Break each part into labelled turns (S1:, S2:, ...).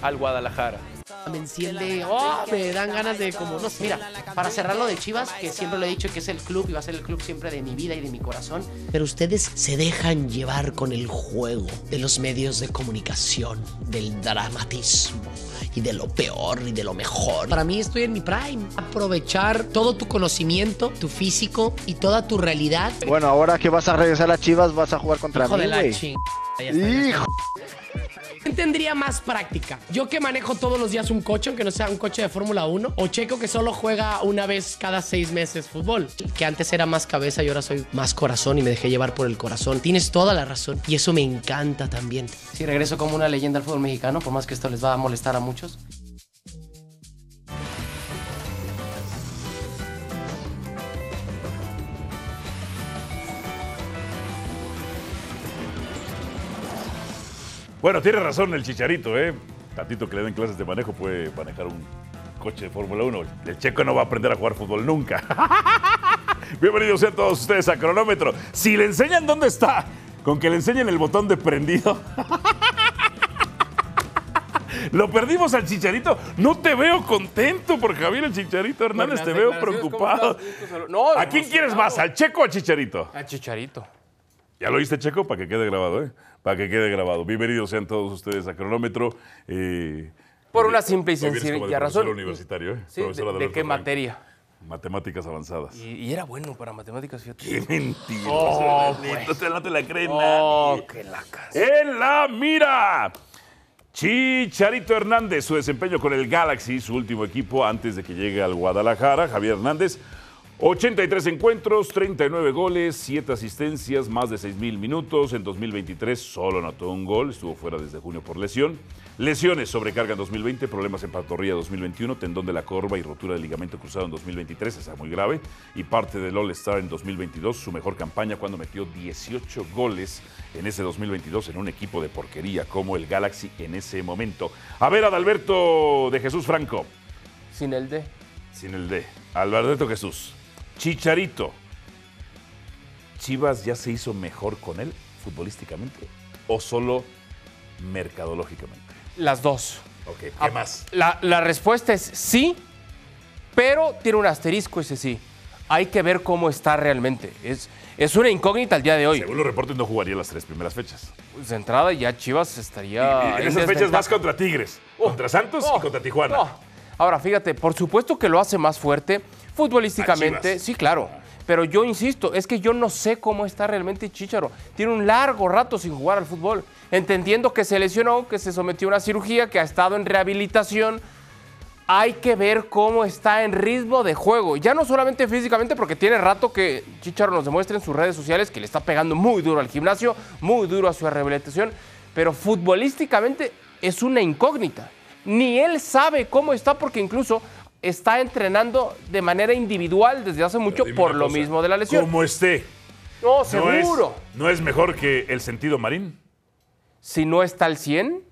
S1: al Guadalajara.
S2: Me enciende, oh, me dan ganas de como, no sé, mira, para cerrar lo de Chivas, que siempre lo he dicho que es el club y va a ser el club siempre de mi vida y de mi corazón. Pero ustedes se dejan llevar con el juego de los medios de comunicación, del dramatismo y de lo peor y de lo mejor. Para mí estoy en mi prime. Aprovechar todo tu conocimiento, tu físico y toda tu realidad.
S3: Bueno, ahora que vas a regresar a Chivas, vas a jugar contra
S2: Hijo
S3: mí,
S2: de la
S3: güey.
S2: ching- ya está, ya está.
S3: Hijo.
S2: ¿Quién tendría más práctica? Yo que manejo todos los días un coche, aunque no sea un coche de Fórmula 1, o Checo que solo juega una vez cada seis meses fútbol. Que antes era más cabeza y ahora soy más corazón y me dejé llevar por el corazón. Tienes toda la razón y eso me encanta también. Si regreso como una leyenda al fútbol mexicano, por más que esto les va a molestar a muchos.
S4: Bueno, tiene razón el chicharito, ¿eh? Tantito que le den clases de manejo puede manejar un coche de Fórmula 1. El checo no va a aprender a jugar fútbol nunca. Bienvenidos sean todos ustedes a Cronómetro. Si le enseñan dónde está, con que le enseñen el botón de prendido. Lo perdimos al Chicharito. No te veo contento por Javier el Chicharito Hernández.
S1: Por
S4: Te
S1: las
S4: veo
S1: declaraciones,
S4: preocupado.
S1: ¿cómo estás? Gusto salu- No,
S4: ¿A quién
S1: emocionado.
S4: quieres más? ¿Al Checo o al Chicharito?
S1: A Chicharito.
S4: ¿Ya lo oíste, Checo? Para que quede grabado, ¿eh? Para que quede grabado. Bienvenidos sean todos ustedes a Cronómetro. eh,
S1: Por
S4: hoy-
S1: una simple y
S4: hoy vienes como de
S1: sencilla
S4: profesor
S1: razón.
S4: universitario, ¿eh?
S1: Sí,
S4: Profesora
S1: ¿De, de
S4: Alberto
S1: qué
S4: Frank.
S1: materia?
S4: Matemáticas avanzadas.
S1: Y, y era bueno para matemáticas, fíjate.
S4: ¡Qué mentira!
S1: Oh,
S4: no te la creen
S1: Oh, qué lacas.
S4: ¡En la mira! Chicharito Hernández, su desempeño con el Galaxy, su último equipo antes de que llegue al Guadalajara, Javier Hernández. 83 encuentros, 39 goles, 7 asistencias, más de 6.000 minutos. En 2023 solo anotó un gol, estuvo fuera desde junio por lesión. Lesiones, sobrecarga en 2020, problemas en pantorrilla 2021, tendón de la corva y rotura del ligamento cruzado en 2023, esa muy grave. Y parte del All-Star en 2022, su mejor campaña cuando metió 18 goles en ese 2022 en un equipo de porquería como el Galaxy en ese momento. A ver, Adalberto de Jesús Franco,
S1: Sin el D.
S4: sin el D. Alberto Jesús, Chicharito. ¿Chivas ya se hizo mejor con él futbolísticamente o solo mercadológicamente?
S1: Las dos.
S4: Ok, ¿qué
S1: Ah,
S4: más?
S1: La, la respuesta es sí, pero tiene un asterisco ese sí. Hay que ver cómo está realmente. Es, es una incógnita al día de hoy.
S4: Según los reportes, no jugaría las tres primeras fechas.
S1: Pues de entrada ya Chivas
S4: Y
S1: estaría...
S4: en esas fechas
S1: desventaja.
S4: vas contra Tigres, contra Santos y
S1: Oh,
S4: contra Tijuana.
S1: oh. Ahora, fíjate, por supuesto que lo hace más fuerte
S4: A
S1: futbolísticamente.
S4: Chivas.
S1: Sí, claro. Pero yo insisto, es que yo no sé cómo está realmente Chicharo. Tiene un largo rato sin jugar al fútbol, entendiendo que se lesionó, que se sometió a una cirugía, que ha estado en rehabilitación. Hay que ver cómo está en ritmo de juego. Ya no solamente físicamente, porque tiene rato que Chicharo nos demuestra en sus redes sociales que le está pegando muy duro al gimnasio, muy duro a su rehabilitación, pero futbolísticamente es una incógnita. Ni él sabe cómo está, porque incluso está entrenando de manera individual desde hace mucho
S4: Pero dime
S1: por
S4: una
S1: lo
S4: cosa,
S1: mismo de la lesión.
S4: Como esté.
S1: No,
S4: No es,
S1: seguro.
S4: no es mejor que el sentido marín,
S1: Si no está al 100,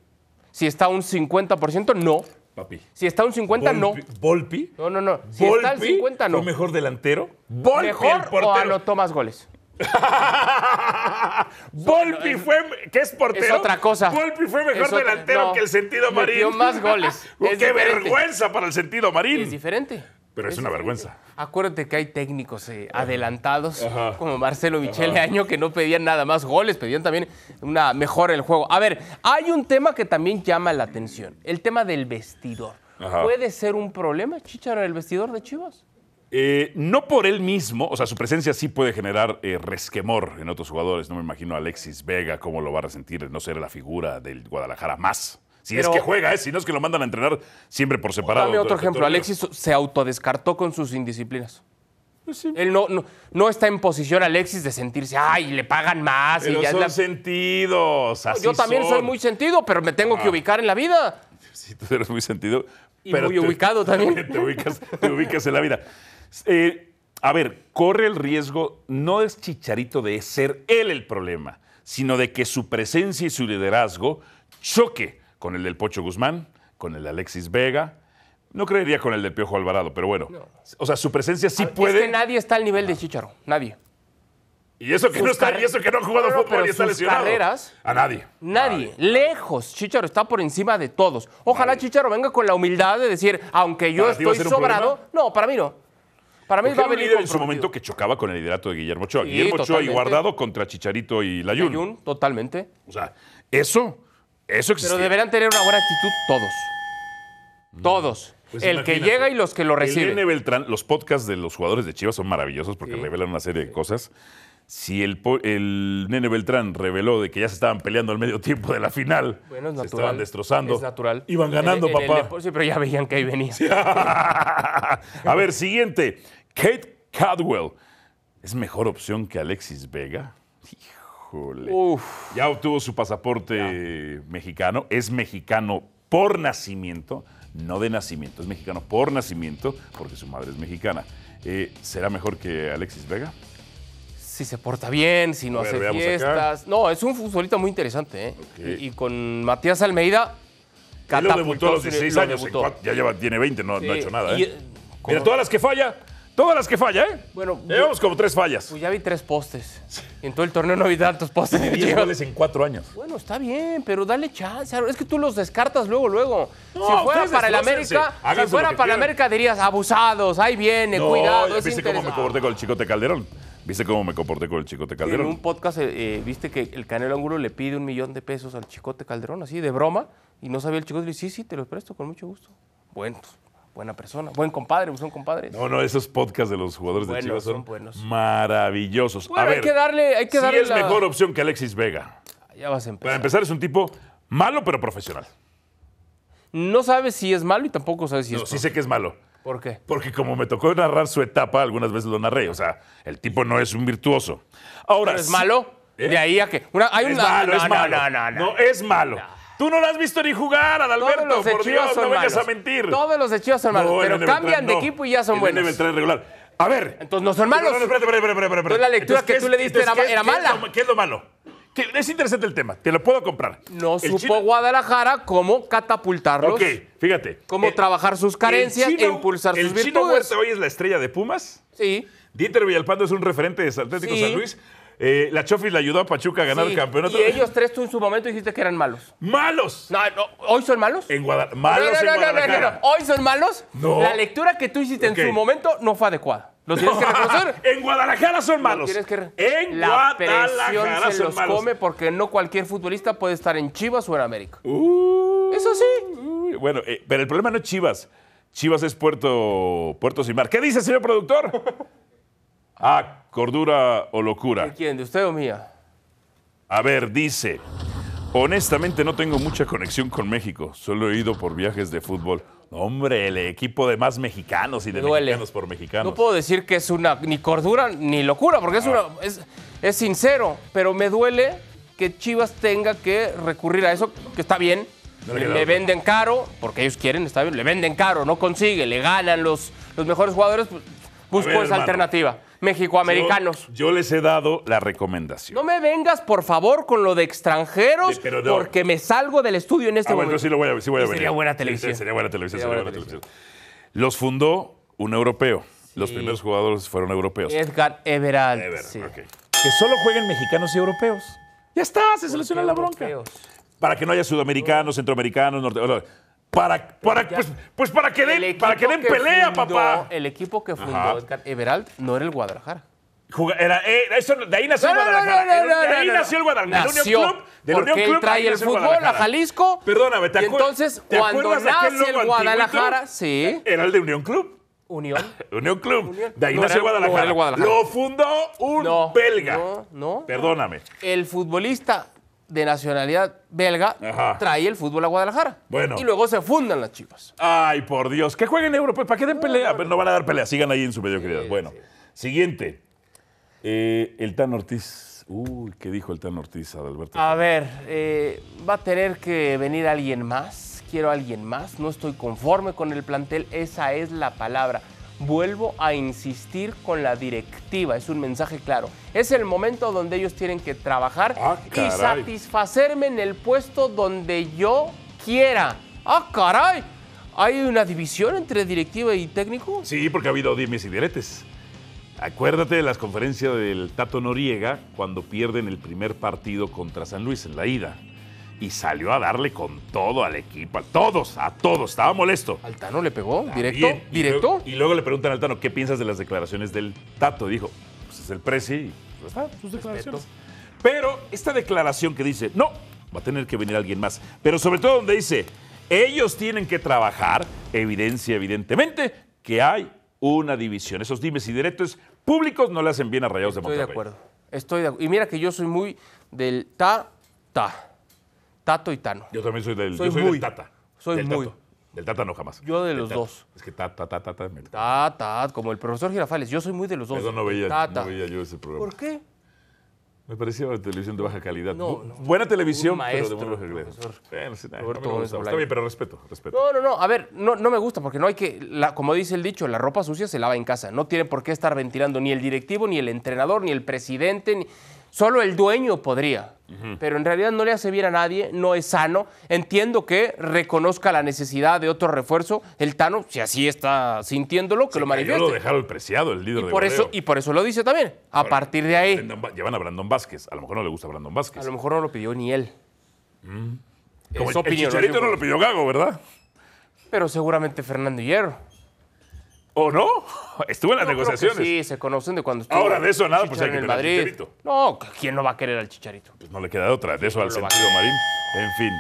S1: si está a un 50%, no.
S4: papi.
S1: Si está a un 50, no.
S4: Volpi- Volpi.
S1: No, no, no. Si está al
S4: Volpi
S1: 50, no.
S4: fue mejor delantero. Volpi, el
S1: Mejor o
S4: portero.
S1: anotó más goles.
S4: Volpi fue, que es portero.
S1: Es otra cosa.
S4: Volpi fue mejor
S1: Es otra-
S4: delantero
S1: no.
S4: que el sentido marín. Oh,
S1: Metió más goles.
S4: ¡Qué
S1: Es diferente.
S4: vergüenza para el sentido
S1: Es
S4: marín!
S1: diferente.
S4: Pero es una vergüenza.
S1: Acuérdate que hay técnicos eh, adelantados como Marcelo Michele Año que no pedían nada más goles, pedían también una mejora en el juego. A ver, hay un tema que también llama la atención, el tema del vestidor.
S4: Ajá.
S1: ¿Puede ser un problema, Chicharo, en el vestidor de Chivas?
S4: Eh, no por él mismo, o sea, su presencia sí puede generar eh, resquemor en otros jugadores. No me imagino a Alexis Vega cómo lo va a resentir el no ser la figura del Guadalajara más. Si
S1: Pero-
S4: es que juega, ¿eh? si no es que lo mandan a entrenar siempre por separado.
S1: Dame otro
S4: durante
S1: ejemplo.
S4: todo el
S1: Alexis se autodescartó con sus indisciplinas.
S4: torneo.
S1: Él no, no, no está en posición, Alexis, de sentirse, ay, le pagan más.
S4: Pero
S1: y ya es
S4: son
S1: la-
S4: sentidos. Así
S1: Yo también soy
S4: son.
S1: muy sentido, pero me tengo que ubicar en la vida.
S4: Sí, tú eres muy sentido.
S1: Y muy ubicado también.
S4: Te ubicas, te ubicas en la vida. Eh, a ver, corre el riesgo, no es Chicharito de ser él el problema, sino de que su presencia y su liderazgo choque con el del Pocho Guzmán, con el de Alexis Vega. No creería con el del Piojo Alvarado, pero bueno. O sea, su presencia sí puede.
S1: Es que nadie está al nivel de Chicharo, nadie.
S4: y, eso que
S1: sus
S4: no está,
S1: carre-
S4: y eso que no ha jugado
S1: No, no,
S4: fútbol
S1: pero
S4: y está
S1: sus
S4: lesionado.
S1: carreras-
S4: A nadie.
S1: Nadie, lejos. Chicharo está por encima de todos. Ojalá Chicharo venga con la humildad de decir, aunque yo
S4: ¿Para ti va a
S1: estoy
S4: ser un
S1: sobrado.
S4: problema?
S1: No, para mí no. Para mí
S4: Porque
S1: va a
S4: era un
S1: venir
S4: líder en su
S1: comprometido.
S4: momento que chocaba con el liderato de Guillermo Ochoa.
S1: Sí,
S4: Guillermo Ochoa y
S1: totalmente.
S4: Guardado contra Chicharito y Layun.
S1: Ayun, totalmente.
S4: O sea, eso, eso existe.
S1: Pero deberán tener una buena actitud todos. Todos.
S4: Pues
S1: el
S4: imagínate,
S1: que llega y los que lo
S4: El Nene
S1: reciben.
S4: Beltrán, los podcasts de los jugadores de Chivas son maravillosos porque
S1: Sí.
S4: revelan una serie de cosas. Si el, po- el Nene Beltrán reveló de que ya se estaban peleando al medio tiempo de la final,
S1: Bueno, es
S4: se
S1: natural.
S4: estaban destrozando.
S1: Es natural.
S4: Iban
S1: En el-
S4: ganando,
S1: en el
S4: papá. Ah.
S1: deporte, sí, pero ya veían que ahí venía.
S4: A ver, siguiente. Kate Cadwell. ¿Es mejor opción que Alexis Vega? Híjole.
S1: Uf.
S4: Ya obtuvo su pasaporte mexicano. Es mexicano por nacimiento. No de nacimiento, es mexicano por nacimiento porque su madre es mexicana. Eh, ¿Será mejor que Alexis Vega?
S1: Si se porta bien, si no
S4: A ver,
S1: hace
S4: veamos acá.
S1: fiestas. No, es un futbolista muy interesante. ¿eh?
S4: Ok.
S1: Y, y con Matías Almeida,
S4: Él lo debutó a los
S1: su-
S4: 16
S1: lo
S4: años. en
S1: debutó.
S4: cuatro- ya lleva, tiene 20, no, no ha
S1: Sí,
S4: hecho nada.
S1: y,
S4: ¿eh?
S1: eh, como-
S4: Mira, todas las que falla, todas las que falla, ¿eh?
S1: Bueno,
S4: Llevamos como tres fallas.
S1: Pues ya vi tres postes. Y en todo el torneo no vi tantos postes. de
S4: Diez
S1: Chivas.
S4: goles en cuatro años.
S1: Bueno, está bien, pero dale chance. Aaron. Es que tú los descartas luego, luego.
S4: No,
S1: si fuera
S4: ustedes
S1: para el
S4: destrócense.
S1: América,
S4: Háganse
S1: si
S4: lo que
S1: fuera para el
S4: quieran.
S1: América dirías abusados, ahí viene,
S4: No,
S1: cuidado.
S4: ya
S1: es
S4: ¿Viste cómo me
S1: interesante.
S4: comporté con el Chicote Calderón? ¿Viste cómo me comporté con el Chicote
S1: En un
S4: Calderón?
S1: podcast, eh, eh, viste que el Canelo Ángulo le pide un millón de pesos al Chicote Calderón, así de broma, y no sabía el Chicote, le dice, sí, sí, te los presto con mucho gusto. Bueno, pues, buena persona, buen compadre, pues son compadres.
S4: No, no, esos podcasts de los jugadores
S1: Buenos,
S4: de Chivas son,
S1: son buenos.
S4: maravillosos.
S1: Bueno,
S4: a ver,
S1: hay que darle, hay que
S4: sí
S1: darle
S4: es
S1: la-
S4: mejor opción que Alexis Vega.
S1: Ya vas a
S4: Para
S1: empezar.
S4: empezar, es un tipo malo, pero profesional.
S1: No sabes si es malo y tampoco sabes si
S4: No,
S1: es
S4: sí
S1: bueno.
S4: sé que es malo.
S1: ¿Por qué?
S4: Porque como me tocó narrar su etapa, algunas veces lo narré. O sea, el tipo no es un virtuoso. Ahora,
S1: Pero es
S4: sí-
S1: malo.
S4: ¿Eh?
S1: De ahí a que. Una, hay
S4: es
S1: una,
S4: malo,
S1: no,
S4: es
S1: no,
S4: malo.
S1: No, no, no.
S4: es malo. Tú no lo has visto ni jugar, Adalberto.
S1: Todos los de
S4: por
S1: Chivas
S4: Dios,
S1: son
S4: no vayas
S1: malos.
S4: a mentir.
S1: Todos los de Chivas son malos,
S4: No, el
S1: pero
S4: Nene
S1: cambian
S4: Beltrán
S1: de
S4: no.
S1: equipo y ya son
S4: el
S1: buenos.
S4: Nene Beltrán es regular. A ver.
S1: Entonces, ¿no son malos?
S4: No, no, espérate, espérate, espérate, espérate, espérate.
S1: Entonces, la lectura que
S4: ¿qué
S1: tú le
S4: es-
S1: diste era-
S4: entonces, ¿qué es-
S1: era
S4: qué es lo
S1: mala?
S4: ma- ¿Qué es lo malo? Que es interesante el tema, te lo puedo comprar.
S1: No
S4: El
S1: supo
S4: chino-
S1: Guadalajara cómo catapultarlos,
S4: Ok, fíjate. Eh,
S1: cómo
S4: El-
S1: trabajar sus carencias
S4: el
S1: e
S4: chino-
S1: impulsar sus
S4: El Chino
S1: virtudes.
S4: Huerta hoy es la estrella de Pumas.
S1: Sí.
S4: Dieter Villalpando es un referente de Atlético
S1: Sí.
S4: San Luis. Eh, la Chofis le ayudó a Pachuca a ganar
S1: sí.
S4: el campeonato.
S1: Y ellos tres tú en su momento dijiste que eran malos.
S4: ¡Malos!
S1: No, no, ¿Hoy son malos?
S4: En Guadalajara. ¡Malos
S1: no, no, no,
S4: en
S1: no, no,
S4: Guadalajara!
S1: no, ¿Hoy son malos?
S4: No.
S1: La lectura que tú hiciste
S4: Ok.
S1: en su momento no fue adecuada. Lo tienes que reconocer.
S4: En Guadalajara son malos.
S1: Tienes que re-
S4: En
S1: la
S4: Guadalajara
S1: presión se
S4: son
S1: los
S4: malos.
S1: come porque no cualquier futbolista puede estar en Chivas o en América.
S4: Uh,
S1: Eso sí.
S4: uy, bueno, eh, pero el problema no es Chivas. Chivas es Puerto, Puerto Sin Mar. ¿Qué dice, señor productor? ah, cordura o
S1: ¿De
S4: locura.
S1: quién? ¿De usted o mía?
S4: A ver, dice. Honestamente no tengo mucha conexión con México. Solo he ido por viajes de fútbol. Hombre, el equipo de más mexicanos y de
S1: Me duele.
S4: mexicanos por mexicanos. Ah.
S1: No puedo decir que es una ni cordura ni locura, porque es una es, es sincero, pero me duele que Chivas tenga que recurrir a eso, que está bien.
S4: No le
S1: le
S4: queda
S1: le
S4: otra.
S1: venden caro, porque ellos quieren, está bien, le venden caro, no consigue, le ganan los, los mejores jugadores, pues, busco
S4: ver,
S1: esa
S4: hermano.
S1: alternativa. México-americanos.
S4: Yo, yo les he dado la recomendación.
S1: No me vengas, por favor, con lo de extranjeros,
S4: Sí, pero no.
S1: porque me salgo del estudio en este
S4: Ah, bueno,
S1: momento.
S4: sí lo voy a, sí voy a
S1: Sería
S4: venir.
S1: buena
S4: Sí,
S1: televisión.
S4: sí, sería buena televisión.
S1: Sería
S4: sería
S1: buena
S4: buena televisión. Los fundó un europeo. Los primeros jugadores fueron europeos.
S1: Edgar Everald.
S4: Ever,
S1: sí.
S4: ok. Que solo jueguen mexicanos y europeos. Ya está, se soluciona la bronca.
S1: europeos?
S4: Para que no haya sudamericanos, centroamericanos, norte. bueno, Para, para, pues, pues para que den,
S1: El
S4: para que
S1: equipo
S4: den pelea,
S1: fundó-
S4: papá.
S1: El equipo que fundó
S4: Ajá.
S1: Edgar Everald no era el Guadalajara.
S4: Juga- era- eh, eso- de ahí nació el Guadalajara. de ahí nació el Guadalajara. del
S1: Nació,
S4: Unión Club. del
S1: porque
S4: Unión Club,
S1: él trae
S4: ahí
S1: el
S4: nació
S1: fútbol a
S4: Guadalajara.
S1: Jalisco.
S4: Perdóname, ¿te
S1: Y
S4: acu-
S1: entonces,
S4: ¿te
S1: cuando
S4: acuerdas de aquel
S1: nace el
S4: logo
S1: Guadalajara,
S4: antiguito?
S1: sí,
S4: Era el de Unión Club.
S1: Unión.
S4: Unión Club.
S1: Unión.
S4: De ahí
S1: No
S4: nació
S1: era- no
S4: Guadalajara.
S1: era el Guadalajara.
S4: Lo fundó un
S1: No,
S4: belga.
S1: no, no.
S4: Perdóname.
S1: El futbolista de nacionalidad belga
S4: Ajá.
S1: trae el fútbol a Guadalajara.
S4: Bueno.
S1: Y luego se fundan las chivas.
S4: Ay, por Dios. Que jueguen Europa. ¿Para que den pelea? Pero no van a dar pelea. Sigan ahí en su mediocridad. bueno. Siguiente. Eh, el Tan Ortiz. Uy, ¿qué dijo el Tan Ortiz, Adalberto?
S1: A ver, eh, va a tener que venir alguien más. Quiero a alguien más. No estoy conforme con el plantel. Esa es la palabra. Vuelvo a insistir con la directiva. Es un mensaje claro. Es el momento donde ellos tienen que trabajar
S4: Ah,
S1: y
S4: caray.
S1: satisfacerme en el puesto donde yo quiera. ¡Ah, caray! ¿Hay una división entre directiva y técnico?
S4: Sí, porque ha habido dimes y diretes. Acuérdate de las conferencias del Tato Noriega cuando pierden el primer partido contra San Luis en la ida. Y salió a darle con todo al equipo, a todos, a todos. Estaba molesto.
S1: Altano le pegó, directo,
S4: Bien. Y
S1: directo.
S4: luego- Y luego le preguntan al Tano, ¿qué piensas de las declaraciones del Tato? Dijo, pues es el presi y pues está, sus declaraciones. Pero esta declaración que dice, no, va a tener que venir alguien más. Pero sobre todo donde dice, ellos tienen que trabajar, evidencia evidentemente que hay una división. Esos dimes y directos públicos no le hacen bien a Rayados de
S1: Estoy
S4: Monterrey.
S1: de acuerdo. Estoy de acuerdo. Y mira que yo soy muy del ta, ta. Tato y Tano.
S4: Yo también soy del,
S1: Soy
S4: yo soy
S1: muy.
S4: del Tata.
S1: Soy
S4: del
S1: muy.
S4: Tato. Del Tata no jamás.
S1: Yo de
S4: Del
S1: los
S4: Tata.
S1: dos.
S4: Es que Tata, Tata, Tata. me-
S1: Ta, ta, como el profesor Girafales. Yo soy muy de los dos.
S4: Perdón, no veía,
S1: Ta, ta.
S4: no veía yo ese programa.
S1: ¿Por qué?
S4: Me parecía una televisión de baja calidad.
S1: No,
S4: Bu-
S1: no.
S4: Buena televisión,
S1: Un
S4: pero de
S1: maestro,
S4: muy baja calidad.
S1: profesor.
S4: Bueno, sí, nah,
S1: Roberto
S4: no me
S1: Gómez
S4: gusta. Está
S1: Bolaño.
S4: bien, pero respeto, respeto.
S1: No, no, no. A ver, no, no me gusta porque no hay que. la- como dice el dicho, la ropa sucia se lava en casa. No tiene por qué estar ventilando ni el directivo, ni el entrenador, ni el presidente. ni- Solo el dueño podría. Pero en realidad no le hace bien a nadie, no es sano. Entiendo que reconozca la necesidad de otro refuerzo. El Tano, si así está sintiéndolo, que lo
S4: Yo
S1: manifieste.
S4: lo dejaron el preciado, el líder
S1: Y
S4: de
S1: por, eso,
S4: goleo.
S1: y por eso lo dice también. A
S4: Ahora,
S1: partir de ahí,
S4: Brandon Va- Llevan a Brandon Vázquez. A lo mejor no le gusta Brandon Vázquez.
S1: a lo mejor no lo pidió ni él. Es
S4: pues. Mm. Como el-
S1: opinión,
S4: el Chicharito
S1: ¿no?
S4: no lo pidió Gago, ¿verdad?
S1: Pero seguramente Fernando Hierro.
S4: ¿O no? Estuvo en las
S1: Yo creo que
S4: negociaciones.
S1: Sí, se conocen de cuando estuvo.
S4: Ahora, de eso nada, pues
S1: Chicharito
S4: hay que
S1: en
S4: tener al
S1: el Madrid.
S4: Chicharito.
S1: No, ¿quién no va a querer al Chicharito?
S4: Pues no le queda de otra. De eso al
S1: lo va a
S4: sentido marín. En fin.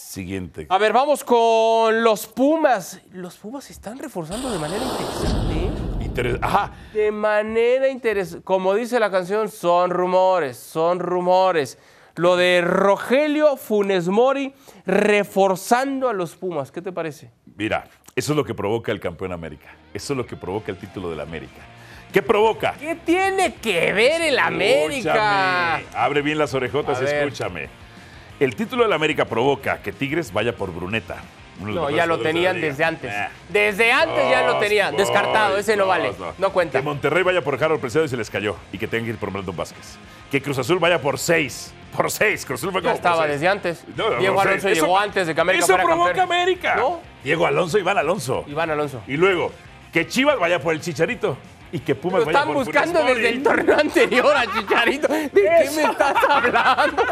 S4: Siguiente.
S1: A ver, vamos con los Pumas. Los Pumas se están reforzando de manera interesante. ¿eh?
S4: Interes- Ajá.
S1: De manera interesante. Como dice la canción, son rumores, son rumores. Lo de Rogelio Funes Mori reforzando a los Pumas. ¿Qué te parece?
S4: Mira, eso es lo que provoca el campeón América. Eso es lo que provoca el título del América. ¿Qué provoca?
S1: ¿Qué tiene que ver el América?
S4: Escúchame. Abre bien las orejotas,
S1: A ver.
S4: escúchame. El título del América provoca que Tigres vaya por Bruneta. Uno de los
S1: No,
S4: mejores
S1: ya lo
S4: jugadores de la
S1: tenían
S4: liga. Eh.
S1: desde antes.
S4: Nah.
S1: Desde antes ya lo
S4: Dos,
S1: tenían.
S4: dos,
S1: Descartado, ese no
S4: dos,
S1: vale. No cuenta.
S4: Que Monterrey vaya por Harold Preciado y se les cayó. Y que tengan que ir por Brandon Vázquez. Que Cruz Azul vaya por seis. Por seis. Cruz Azul fue
S1: Ya
S4: como por
S1: estaba
S4: seis.
S1: desde antes.
S4: No, no,
S1: Diego
S4: por seis.
S1: Alonso
S4: Eso-
S1: llegó antes de que América
S4: Eso
S1: fuera
S4: provoca
S1: campeón.
S4: América.
S1: ¿No?
S4: Diego Alonso, Iván Alonso.
S1: Iván Alonso.
S4: Y luego, que Chivas vaya por el Chicharito. Y que Pumas
S1: Lo
S4: vaya
S1: están
S4: por Funes
S1: buscando
S4: Mori.
S1: desde el torneo anterior a Chicharito. ¿De qué me estás hablando?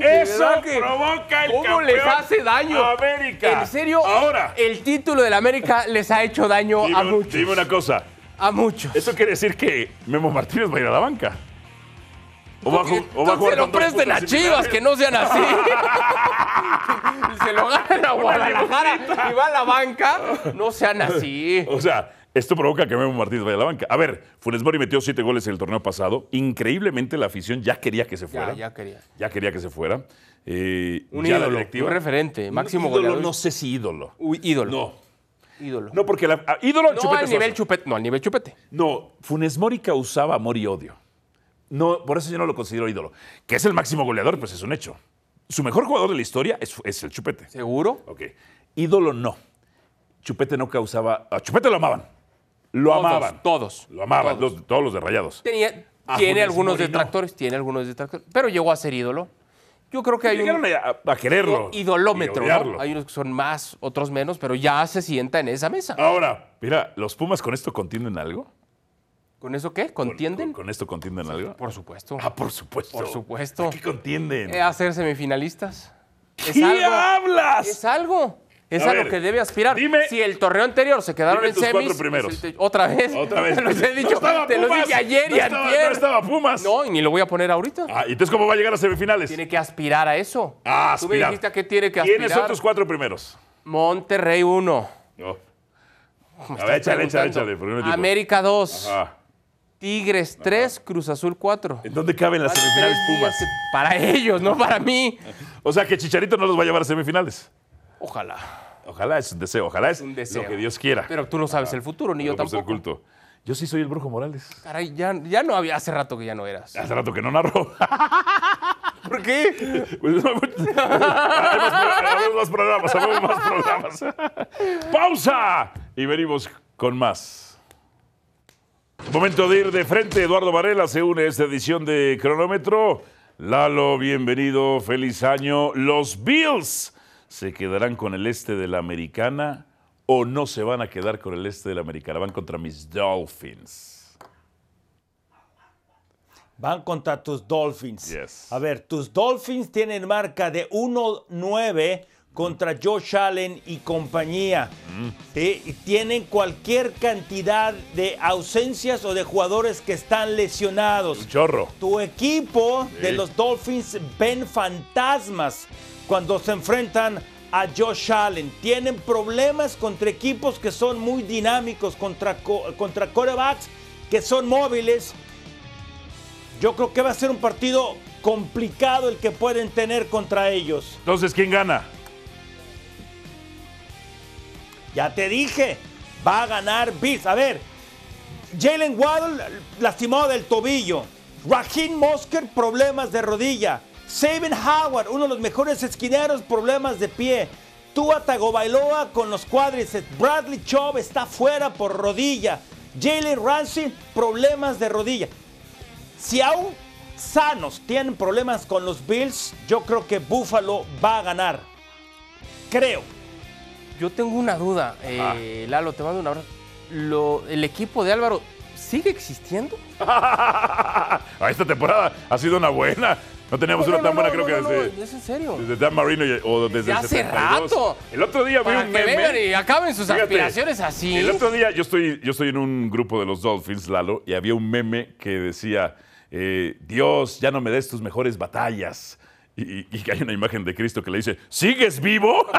S1: De
S4: Eso
S1: verdad que-
S4: provoca el
S1: ¿Cómo
S4: campeón
S1: les hace daño?
S4: América.
S1: En serio, eh,
S4: Ahora,
S1: el título del América les ha hecho daño
S4: dime,
S1: a muchos.
S4: dime una cosa.
S1: A muchos.
S4: Eso quiere decir que Memo Martínez va a ir a la banca. O va a ju- o
S1: Entonces
S4: va a
S1: se
S4: jugar
S1: lo
S4: con dos
S1: presten a
S4: puntos
S1: Chivas,
S4: similares.
S1: que no sean así. se lo ganan a Guadalajara y va a la banca. No sean así.
S4: O sea, esto provoca que Memo Martínez vaya a la banca. A ver, Funes Mori metió siete goles en el torneo pasado. Increíblemente la afición ya quería que se fuera.
S1: ya quería.
S4: Ya quería que se fuera. Eh,
S1: Un
S4: ya la
S1: ídolo,
S4: directiva-
S1: un referente, máximo
S4: ídolo,
S1: goleador.
S4: No sé si ídolo.
S1: Uy, ídolo.
S4: No.
S1: Ídolo.
S4: No, porque la, ah, ídolo al
S1: No
S4: Chupete
S1: al nivel
S4: Suazo.
S1: chupete. No, al nivel chupete.
S4: No, Funes Mori causaba amor y odio. No, por eso yo no lo considero ídolo. Que es el máximo goleador, pues es un hecho. Su mejor jugador de la historia es, es el Chupete.
S1: ¿Seguro?
S4: Ok. Ídolo no. Chupete no causaba. A Chupete lo amaban. Lo
S1: Todos,
S4: amaban.
S1: todos.
S4: Lo amaban,
S1: Todos.
S4: los- todos los de rayados.
S1: Tenía-
S4: A
S1: tiene
S4: Funes
S1: algunos
S4: Mori no.
S1: detractores, tiene algunos detractores, pero llegó a ser ídolo. Yo creo que hay un
S4: Llegaron a, a quererlo. y
S1: idolómetro,
S4: odiarlo.
S1: ¿no? Hay unos que son más, otros menos, pero ya se sienta en esa mesa.
S4: Ah. Ahora, mira, ¿los Pumas con esto contienden algo?
S1: ¿Con eso qué? ¿Contienden?
S4: ¿Con, con esto contienden algo?
S1: Por supuesto.
S4: Ah, por supuesto.
S1: Por supuesto.
S4: ¿A ¿Qué contienden?
S1: Eh, hacer semifinalistas. Es
S4: ¿Qué
S1: algo.
S4: hablas?
S1: Es algo. Es
S4: A
S1: a, lo
S4: ver,
S1: que debe aspirar.
S4: dime-
S1: si el torneo anterior se quedaron
S4: dime
S1: en
S4: tus
S1: semis.
S4: cuatro primeros.
S1: es el te- Otra vez.
S4: Otra vez.
S1: Te los he dicho.
S4: No estaba
S1: te los
S4: Pumas.
S1: dije ayer y
S4: No estaba-
S1: antier.
S4: No estaba Pumas.
S1: No, y ni lo voy a poner ahorita.
S4: Ah, ¿y entonces cómo va a llegar a semifinales?
S1: Tiene que aspirar a eso.
S4: Ah,
S1: Tú me
S4: aspirar.
S1: dijiste a qué tiene que aspirar.
S4: ¿Quiénes son tus cuatro primeros?
S1: Monterrey 1.
S4: No. A ver, échale, échale, échale. porque no hay tiempo.
S1: América 2.
S4: Ah,
S1: Tigres 3. Cruz Azul 4.
S4: ¿En dónde caben las semifinales Pumas?
S1: Para ellos, no para mí.
S4: O sea que Chicharito no los va a llevar a semifinales.
S1: Ojalá.
S4: Ojalá es un deseo, ojalá es
S1: Un deseo.
S4: lo que Dios quiera.
S1: Pero tú no sabes el futuro, ni yo
S4: Pero, pues, el
S1: tampoco.
S4: culto. Yo sí soy el Brujo Morales.
S1: Caray, ya, ya no había, hace rato que ya no eras.
S4: Hace rato que no narro.
S1: ¿Por qué?
S4: Pues, no, pues, habemos pro- habemos más programas, habemos más programas. ¡Pausa! Y venimos con más. Momento de ir de frente. Eduardo Varela se une a esta edición de Cronómetro. Lalo, bienvenido. Feliz año. Los Bills se quedarán con el este de la americana o no se van a quedar con el este de la americana. Van contra mis Dolphins.
S5: Van contra tus Dolphins.
S4: Yes.
S5: A ver, tus Dolphins tienen marca de 1-9 contra Josh Allen y compañía. Sí, y tienen cualquier cantidad de ausencias o de jugadores que están lesionados.
S4: Un chorro.
S5: Tu equipo de
S4: Sí.
S5: los Dolphins ven fantasmas cuando se enfrentan a Josh Allen. Tienen problemas contra equipos que son muy dinámicos, contra, co- contra quarterbacks que son móviles. Yo creo que va a ser un partido complicado el que pueden tener contra ellos.
S4: Entonces, ¿quién gana?
S5: Ya te dije, va a ganar Bills. A ver, Jalen Waddle lastimado del tobillo. Raheem Mosker, problemas de rodilla. Saben Howard, uno de los mejores esquineros, problemas de pie. Tua Tagovailoa con los cuádriceps. Bradley Chubb está fuera por rodilla. Jalen Ramsey, problemas de rodilla. Si aún sanos tienen problemas con los Bills, yo creo que Buffalo va a ganar. Creo.
S1: Yo tengo una duda.
S4: Ah.
S1: Eh, Lalo, te mando un abrazo. Lo- ¿El equipo de Álvaro sigue existiendo?
S4: A esta temporada ha sido una buena. No teníamos
S1: No,
S4: una
S1: no,
S4: tan
S1: no,
S4: buena,
S1: no,
S4: creo
S1: no,
S4: que
S1: no,
S4: desde,
S1: es en serio.
S4: desde Dan Marino y- o desde
S1: Desde
S4: el
S1: hace
S4: 72.
S1: rato.
S4: El otro día vi
S1: Para
S4: un
S1: que
S4: meme.
S1: vengan y acaben sus
S4: Fíjate,
S1: aspiraciones así.
S4: El otro día yo estoy, yo estoy en un grupo de los Dolphins, Lalo, y había un meme que decía: eh, Dios, ya no me des tus mejores batallas. Y, y- y que hay una imagen de Cristo que le dice: ¿Sigues vivo?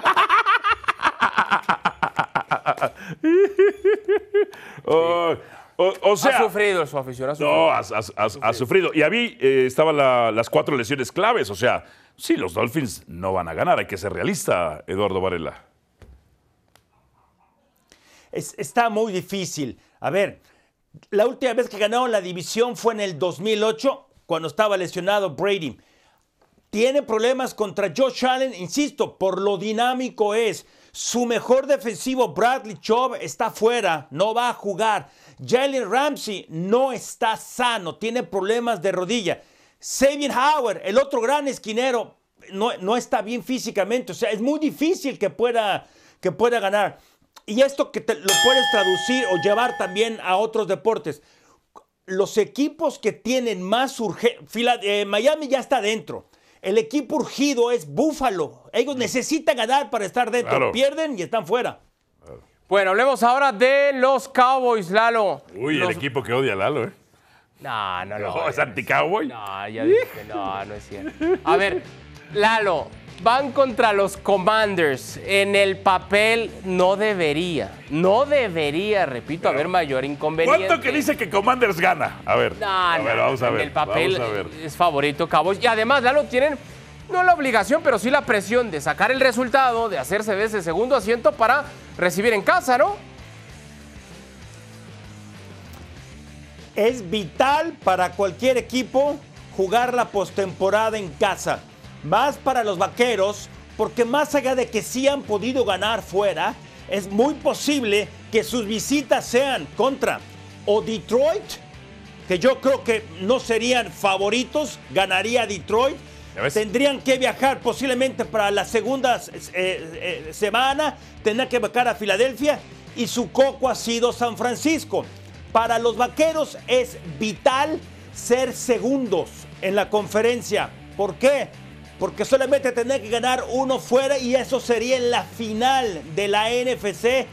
S4: Oh, o, o sea,
S1: ha sufrido su afición, ha sufrido.
S4: no, has, has- has- has sufrido. Y a mí eh, estaban la- las cuatro lesiones claves. O sea, sí, los Dolphins no van a ganar. Hay que ser realista, Eduardo Varela.
S5: Es- está muy difícil. A ver, la última vez que ganaron la división fue en el 2008, cuando estaba lesionado Brady. Tiene problemas contra Josh Allen, insisto, por lo dinámico es. Su mejor defensivo, Bradley Chubb, está fuera, no va a jugar. Jalen Ramsey no está sano, tiene problemas de rodilla. Sabin Howard, el otro gran esquinero, no, no está bien físicamente. O sea, es muy difícil que pueda, que pueda ganar. Y esto que te- lo puedes traducir o llevar también a otros deportes los equipos que tienen más urgencia. Miami ya está dentro. El equipo urgido es Buffalo. Ellos necesitan ganar para estar dentro.
S4: Claro.
S5: Pierden y están fuera.
S1: Bueno, hablemos ahora de los Cowboys, Lalo.
S4: Uy,
S1: Los-
S4: el equipo que odia a Lalo, ¿eh?
S1: No, no, no.
S4: No, es anti-cowboy.
S1: No, ya dije que no, no es cierto. A ver, Lalo, van contra los Commanders. En el papel no debería, no debería, repito, haber mayor inconveniente.
S4: ¿Cuánto que dice que Commanders gana? A ver,
S1: No,
S4: a
S1: no,
S4: ver, vamos a
S1: en
S4: ver.
S1: el papel
S4: vamos a ver.
S1: es favorito Cowboys. Y además, Lalo, tienen no la obligación, pero sí la presión de sacar el resultado, de hacerse de ese segundo asiento para recibir en casa, ¿no?
S5: Es vital para cualquier equipo jugar la postemporada en casa. Más para los vaqueros, porque más allá de que sí han podido ganar fuera, es muy posible que sus visitas sean contra o Detroit, que yo creo que no serían favoritos, ganaría Detroit.
S4: Ya ves.
S5: Tendrían que viajar posiblemente para la segunda eh, eh, semana, tendrán que viajar a Filadelfia y su coco ha sido San Francisco. Para los vaqueros es vital ser segundos en la conferencia. ¿Por qué? Porque solamente tendrán que ganar uno fuera y eso sería en la final de la NFC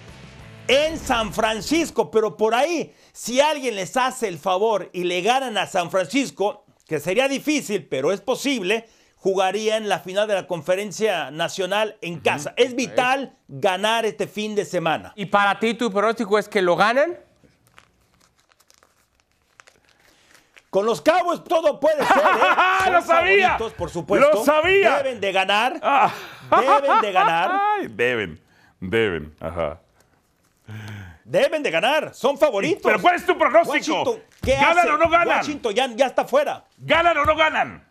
S5: en San Francisco, pero por ahí, si alguien les hace el favor y le ganan a San Francisco, que sería difícil, pero es posible, jugarían la final de la conferencia nacional en casa. Es vital ganar este fin de semana.
S1: Y para ti tu pronóstico es que lo ganan.
S5: Con los Cowboys todo puede ser. ¿eh? Son
S4: ¡Lo sabía!
S5: favoritos, Por supuesto.
S4: ¡Lo sabía!
S5: Deben de ganar.
S4: Ah.
S5: Deben de ganar.
S4: Ay, deben, deben. Ajá.
S5: Deben de ganar. Son favoritos.
S4: ¿Pero cuál es tu pronóstico?
S5: Washington, ¿qué
S4: ¿Ganan
S5: hace?
S4: o no ganan?
S5: Washington ya, ya está fuera.
S4: ¿Ganan o no ganan?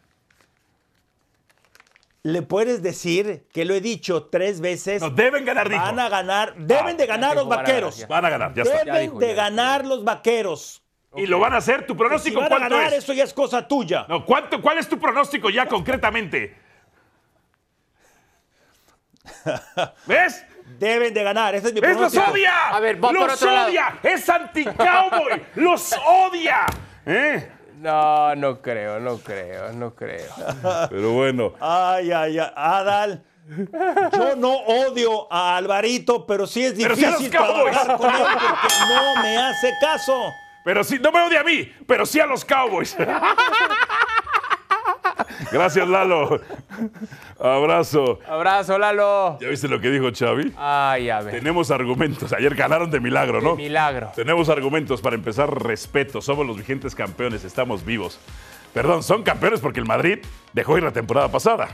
S5: Le puedes decir que lo he dicho tres veces.
S4: No, deben ganar, dijo.
S5: Van a ganar. Deben
S4: Ah,
S5: de ganar
S1: ya
S5: los
S1: dijo, van a
S5: vaqueros.
S1: ganar,
S4: Van a ganar, ya está.
S5: Deben
S1: Ya dijo, ya
S5: de
S1: dijo.
S5: ganar los vaqueros.
S4: ¿Y lo van a hacer? ¿Tu
S5: Si
S4: pronóstico
S5: van a
S4: cuánto
S5: ganar,
S4: es?
S5: eso ya es cosa tuya.
S4: No, ¿cuánto, ¿Cuál es tu pronóstico ya concretamente? ¿Ves?
S5: Deben de ganar. Ese es mi
S4: ¡Es los
S5: pronóstico.
S4: odia!
S1: A ver, va por
S4: ¡Los
S1: otro lado.
S4: odia! ¡Es anti-cowboy! ¡Los odia! ¿Eh?
S1: No, no creo, no creo, no creo.
S4: Pero bueno.
S5: Ay, ay, ay. Adal. Yo no odio a Alvarito, pero sí es
S4: Pero sí a
S5: difícil
S4: los Cowboys.
S5: trabajar con él porque no me hace caso.
S4: Pero sí, no me odia a mí, pero sí a los Cowboys. Gracias, Lalo. Abrazo.
S1: Abrazo, Lalo.
S4: ¿Ya viste lo que dijo Xavi?
S1: Ay, a ver.
S4: Tenemos argumentos. Ayer ganaron de milagro, ¿no?
S1: Milagro.
S4: Tenemos argumentos para empezar. Respeto. Somos los vigentes campeones. Estamos vivos. Perdón, son campeones porque el Madrid dejó ir la temporada pasada.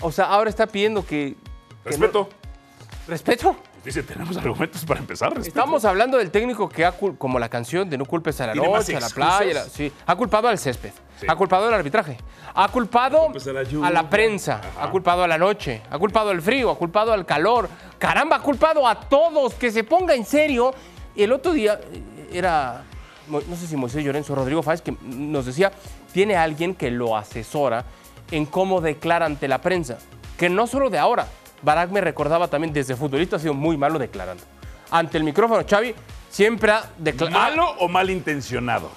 S1: O sea, ahora está pidiendo que. que
S4: Respeto.
S1: no- ¿Respeto?
S4: Dice, tenemos argumentos para empezar. Respeto.
S1: Estamos hablando del técnico que ha cul- como la canción de no culpes a la
S4: Tiene más
S1: noche, a la
S4: excusas.
S1: playa, la- sí, ha culpado al césped,
S4: Sí.
S1: ha culpado al arbitraje, ha culpado
S4: culpes a la
S1: a
S4: lluvia.
S1: la prensa, ha culpado a la noche, ha culpado al frío, ha culpado al calor, caramba, ha culpado a todos, que se ponga en serio. El otro día eh, era, Mo- no sé si Moisés Llorenzo o Rodrigo Fáez, que nos decía, tiene alguien que lo asesora en cómo declara ante la prensa, que no solo de ahora, Barack me recordaba también, desde futbolista ha sido muy malo declarando. Ante el micrófono, Xavi siempre ha ah, declarado...
S4: ¿Malo o malintencionado?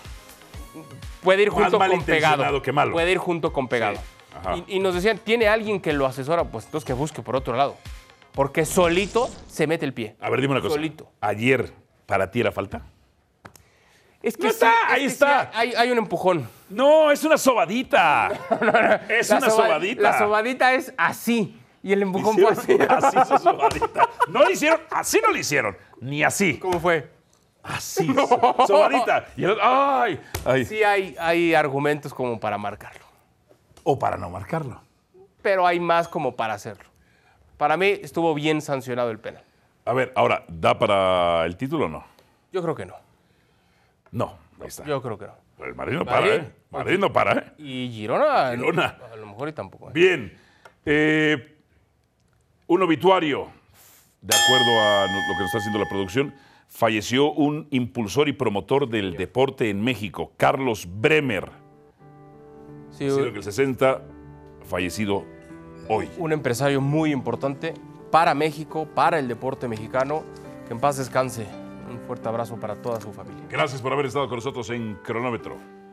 S1: Puede ir
S4: Más
S1: junto con
S4: malintencionado
S1: pegado.
S4: que malo.
S1: Puede ir junto con pegado.
S4: Sí, ajá.
S1: Y, y nos decían, ¿tiene alguien que lo asesora? Pues entonces que busque por otro lado. Porque solito se mete el pie.
S4: A ver, dime una cosa.
S1: Solito.
S4: Ayer, ¿para ti era falta?
S1: Es que
S4: No está, ahí
S1: que
S4: está.
S1: hay, hay un empujón.
S4: No, es una sobadita. Es
S1: La
S4: una
S1: soba-
S4: sobadita.
S1: La sobadita es así. Y el empujón fue
S4: Hicieron
S1: así.
S4: así su sobadita. No le hicieron, así no le hicieron. Ni así.
S1: ¿Cómo fue?
S4: Así. so- Sobadita. Y el otro, ay, ay.
S1: Sí hay, hay argumentos como para marcarlo.
S4: O para no marcarlo.
S1: Pero hay más como para hacerlo. Para mí estuvo bien sancionado el penal.
S4: A ver, ahora, ¿da para el título o no?
S1: Yo creo que no.
S4: No, ahí está.
S1: Yo creo que no.
S4: Pero El Madrid no para,
S1: Madrid.
S4: ¿eh? Madrid no para, ¿eh?
S1: Y Girona.
S4: Girona.
S1: A lo mejor y tampoco. ¿eh?
S4: Bien. Eh, un obituario. De acuerdo a no- lo que nos está haciendo la producción, falleció un impulsor y promotor del deporte en México, Carlos Bremer.
S1: Sí,
S4: Sino que el 60 fallecido hoy.
S1: un empresario muy importante para México, para el deporte mexicano. Que en paz descanse. Un fuerte abrazo para toda su familia.
S4: Gracias por haber estado con nosotros en Cronómetro.